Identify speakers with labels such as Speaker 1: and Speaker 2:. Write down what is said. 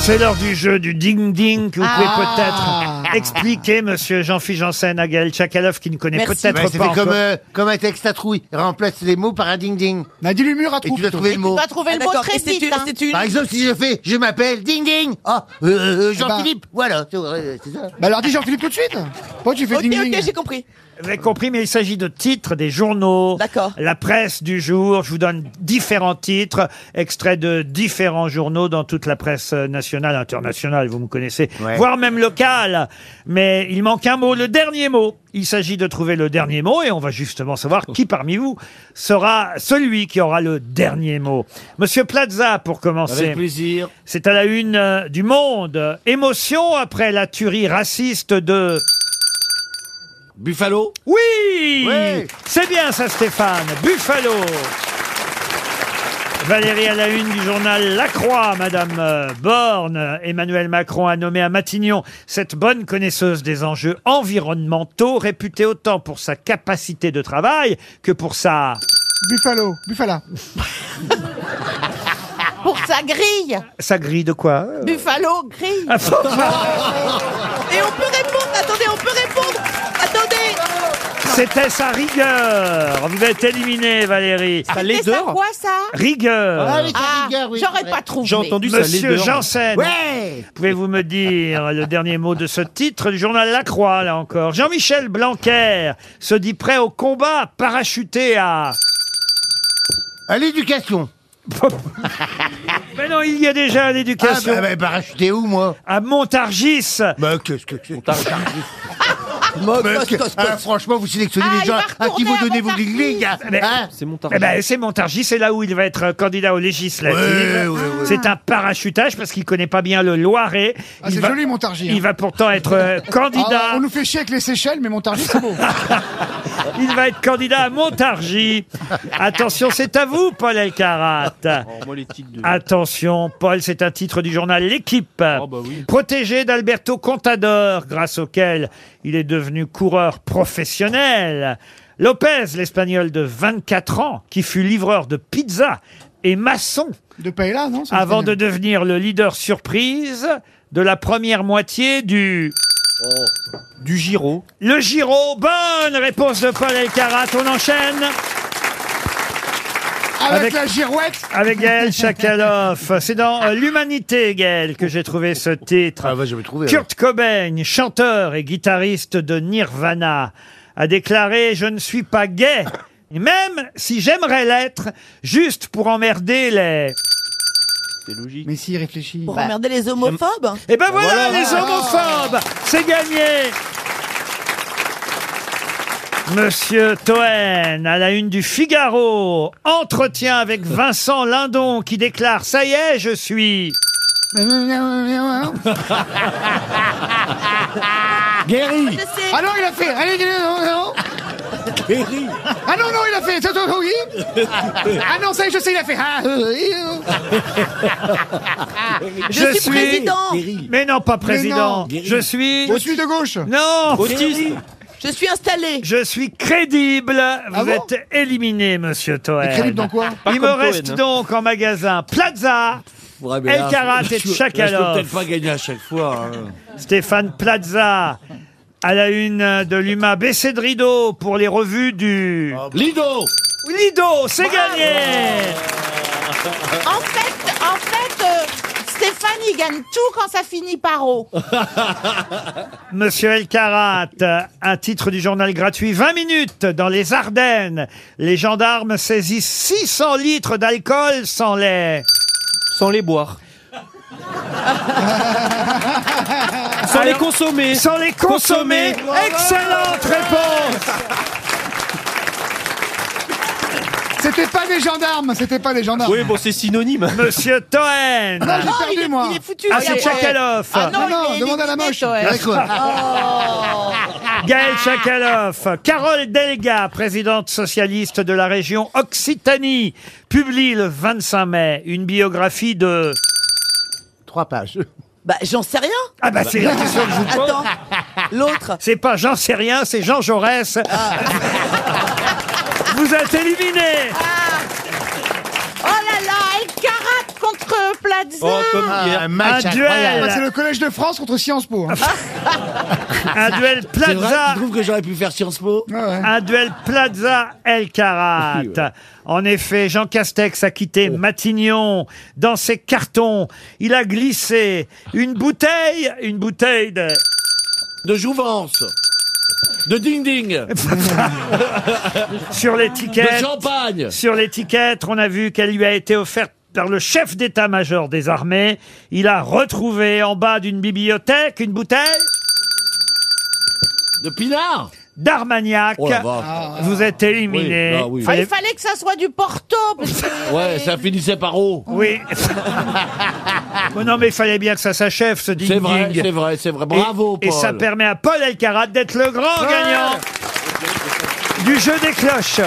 Speaker 1: C'est l'heure du jeu du ding-ding que vous
Speaker 2: Ah.
Speaker 1: pouvez peut-être expliquer, monsieur Jean-Philippe Janssen, à Gaël Tchakalov, qui ne connaît
Speaker 2: Merci.
Speaker 1: peut-être
Speaker 3: Ouais,
Speaker 1: pas
Speaker 3: c'était
Speaker 1: encore.
Speaker 3: comme, euh, comme un texte à trouille. Remplace les mots par un ding-ding.
Speaker 4: Nadie Lumur a
Speaker 3: Et tu
Speaker 4: trouvé.
Speaker 3: dois trouver le mot.
Speaker 5: vas trouver
Speaker 2: Ah,
Speaker 5: le mot
Speaker 2: d'accord.
Speaker 5: très
Speaker 2: Et c'est
Speaker 5: vite.
Speaker 2: une-
Speaker 5: hein.
Speaker 2: c'est une-
Speaker 3: Par exemple, si je fais « Je m'appelle ding-ding » Ah, euh, euh, Jean-Philippe, voilà, c'est vrai, euh, c'est ça.
Speaker 4: Bah alors dis Jean-Philippe tout de suite. Pourquoi tu fais
Speaker 2: Ok,
Speaker 4: ding ding
Speaker 2: ok, j'ai compris.
Speaker 1: Vous avez compris, mais il s'agit de titres des journaux.
Speaker 2: D'accord.
Speaker 1: La presse du jour. Je vous donne différents titres, extraits de différents journaux dans toute la presse nationale, internationale, vous me connaissez,
Speaker 3: Ouais.
Speaker 1: voire même locale. Mais il manque un mot, le dernier mot. Il s'agit de trouver le dernier mot et on va justement savoir qui parmi vous sera celui qui aura le dernier mot. Monsieur Plaza, pour commencer.
Speaker 3: plaisir.
Speaker 1: C'est à la une euh, du monde. Émotion après la tuerie raciste de...
Speaker 3: Buffalo
Speaker 1: Oui
Speaker 3: Ouais.
Speaker 1: C'est bien ça Stéphane, Buffalo Valérie à la une du journal La Croix, Madame euh, Borne, Emmanuel Macron a nommé à Matignon cette bonne connaisseuse des enjeux environnementaux, réputée autant pour sa capacité de travail que pour sa...
Speaker 4: Buffalo, Buffala.
Speaker 5: Pour sa grille.
Speaker 1: Sa grille de quoi euh
Speaker 5: Buffalo, grille.
Speaker 1: Ah, faut-
Speaker 2: Et on peut répondre, attendez, on peut répondre. Attendez.
Speaker 1: C'était sa rigueur Vous êtes éliminée Valérie
Speaker 5: C'était ça quoi ça
Speaker 1: Rigueur
Speaker 3: Ah oui, ta
Speaker 5: Ah,
Speaker 3: rigueur, oui.
Speaker 5: j'aurais
Speaker 3: Ouais.
Speaker 5: pas trouvé.
Speaker 1: Monsieur Janssen,
Speaker 3: Ouais
Speaker 1: pouvez-vous me dire le dernier mot de ce titre du journal La Croix, là encore Jean-Michel Blanquer se dit prêt au combat, parachuté à...
Speaker 3: À l'éducation.
Speaker 1: Mais non, il y a déjà à
Speaker 3: Ah,
Speaker 1: l'éducation.
Speaker 3: bah, bah, bah, rachetez où, moi
Speaker 1: À Montargis
Speaker 3: Bah, qu'est-ce que c'est Mais
Speaker 2: cos,
Speaker 3: que-
Speaker 2: cos, cos.
Speaker 3: ah, franchement, vous sélectionnez
Speaker 5: Ah,
Speaker 3: les
Speaker 5: il
Speaker 3: gens
Speaker 5: va
Speaker 3: à qui vous donnez
Speaker 5: retourner à
Speaker 3: vos ding-ding, hein,
Speaker 1: Mais-
Speaker 3: hein
Speaker 6: C'est mon
Speaker 1: Eh ben, c'est Montargis, c'est là où il va être candidat aux législatives.
Speaker 3: Ouais, ouais, ouais.
Speaker 1: C'est un parachutage parce qu'il connaît pas bien le Loiret.
Speaker 4: Ah,
Speaker 1: il
Speaker 4: c'est
Speaker 1: va,
Speaker 4: joli Montargis. hein.
Speaker 1: Il va pourtant être euh, candidat.
Speaker 4: Ah, on nous fait chier avec les Seychelles, mais Montargis c'est beau.
Speaker 1: Il va être candidat à Montargis. Attention, c'est à vous, Paul Elkarat.
Speaker 6: moi, les titres de.
Speaker 1: Attention, Paul, c'est un titre du journal L'équipe.
Speaker 6: bah oui.
Speaker 1: Protégé d'Alberto Contador, grâce auquel il est devenu coureur professionnel. Lopez, l'espagnol de 24 ans, qui fut livreur de pizza et maçon
Speaker 4: De Paella, non c'est
Speaker 1: avant de
Speaker 4: espagnol.
Speaker 1: devenir le leader surprise de la première moitié du...
Speaker 6: Du Giro.
Speaker 1: Le Giro, bonne réponse de Paul Elkarat, on enchaîne
Speaker 4: Avec,
Speaker 1: avec-
Speaker 4: la girouette
Speaker 1: avec Gaël Chakalov. C'est dans euh, L'Humanité, Gaël, que j'ai trouvé ce titre.
Speaker 3: Ah, bah, je vais trouver. alors.
Speaker 1: Kurt Cobain, chanteur et guitariste de Nirvana, a déclaré Je ne suis pas gay, même si j'aimerais l'être, juste pour emmerder les.
Speaker 6: C'est logique.
Speaker 4: Mais si, réfléchis.
Speaker 2: Pour emmerder les
Speaker 5: hein.
Speaker 2: homophobes.
Speaker 1: Et ben voilà,
Speaker 6: voilà.
Speaker 1: les homophobes C'est gagné Monsieur Toen, à la une du Figaro, entretien avec Vincent Lindon qui déclare Ça y est, je suis.
Speaker 4: Bah. ah
Speaker 2: Je sais.
Speaker 4: Ah non, il a fait Allez, non, non, non. Ah non, non, il a fait ça, ça, ça, oui. Ah non, ça y est, je sais, il a fait ah, euh, euh, euh.
Speaker 2: Je, suis, président.
Speaker 1: Mais non, pas président.
Speaker 4: non.
Speaker 1: Je suis.
Speaker 4: Je suis de gauche
Speaker 1: Non
Speaker 6: Autiste.
Speaker 2: Je suis installé.
Speaker 1: Je suis crédible. Vous
Speaker 4: Ah bon
Speaker 1: êtes éliminé, monsieur Toen.
Speaker 4: Et crédible dans quoi
Speaker 6: Pas
Speaker 1: Il me
Speaker 6: comme Toen,
Speaker 1: reste
Speaker 6: hein.
Speaker 1: donc en magasin Plaza, El Karat et Chakalov.
Speaker 7: pas gagner à chaque fois.
Speaker 3: hein.
Speaker 1: Stéphane Plaza à la une de l'UMA. Baissé de rideau pour les revues du...
Speaker 4: Oh.
Speaker 7: Lido
Speaker 1: Lido, c'est gagné
Speaker 5: En fait, en fait, euh, Stéphane, il gagne tout quand ça finit par O.
Speaker 1: Monsieur El Karat, un titre du journal gratuit, 20 minutes dans les Ardennes. Les gendarmes saisissent 600 litres d'alcool sans les...
Speaker 6: Sans les boire. Sans les consommer.
Speaker 1: sans les consommer.
Speaker 6: Consommer.
Speaker 1: Excellente réponse
Speaker 4: C'était pas des gendarmes, c'était pas des gendarmes.
Speaker 6: Oui, bon, c'est synonyme.
Speaker 1: Monsieur Toen
Speaker 4: Ah, j'ai
Speaker 2: Oh, il,
Speaker 4: perdu,
Speaker 2: est,
Speaker 4: moi
Speaker 2: il est foutu.
Speaker 1: Ah,
Speaker 2: il
Speaker 1: c'est
Speaker 2: est-
Speaker 1: Tchakalov
Speaker 2: Ah non,
Speaker 4: Non, non,
Speaker 2: il est
Speaker 4: demande à la
Speaker 2: éliminé,
Speaker 4: moche.
Speaker 2: Toen.
Speaker 3: Ouais, quoi.
Speaker 1: Gaël Tchakalov Carole Delga, présidente socialiste de la région Occitanie, publie le 25 mai une biographie de...
Speaker 3: Trois pages.
Speaker 2: Bah, j'en sais rien.
Speaker 1: Ah bah c'est la question que je vous pose.
Speaker 2: Attends. L'autre.
Speaker 1: C'est pas j'en sais rien, c'est Jean Jaurès. Vous êtes éliminé
Speaker 5: Oh là là, El Karat contre Plaza.
Speaker 6: Oh, comme
Speaker 3: Un
Speaker 6: hier.
Speaker 3: match
Speaker 1: Un
Speaker 3: Ah, incroyable.
Speaker 1: duel.
Speaker 4: C'est le Collège de France contre Sciences Po. hein.
Speaker 1: Un duel
Speaker 7: C'est vrai,
Speaker 1: Plaza
Speaker 7: tu trouves que j'aurais pu faire Sciences Po
Speaker 4: Ah Ouais, ouais.
Speaker 1: Un duel Plaza El Karat. En effet, Jean Castex a quitté Matignon dans ses cartons. Il a glissé une bouteille, une bouteille de...
Speaker 7: De Jouvence De Ding Ding
Speaker 1: sur
Speaker 7: De
Speaker 1: l'étiquette.
Speaker 7: Champagne
Speaker 1: Sur l'étiquette, on a vu qu'elle lui a été offerte par le chef d'état-major des armées. Il a retrouvé en bas d'une bibliothèque une bouteille
Speaker 7: De Pinard
Speaker 1: d'Armagnac.
Speaker 7: Oh la vache
Speaker 1: Vous êtes éliminé.
Speaker 7: Oui, bah oui.
Speaker 5: Ah,
Speaker 1: Fallait-
Speaker 5: il fallait que ça soit du Porto. parce que-
Speaker 7: Ouais, ça finissait par O.
Speaker 1: Oui. Mais non, mais il fallait bien que ça s'achève, ce ding
Speaker 7: C'est vrai, c'est vrai, c'est vrai. Bravo,
Speaker 1: et,
Speaker 7: Paul.
Speaker 1: et ça permet à Paul Elkarat d'être le grand gagnant du jeu des cloches.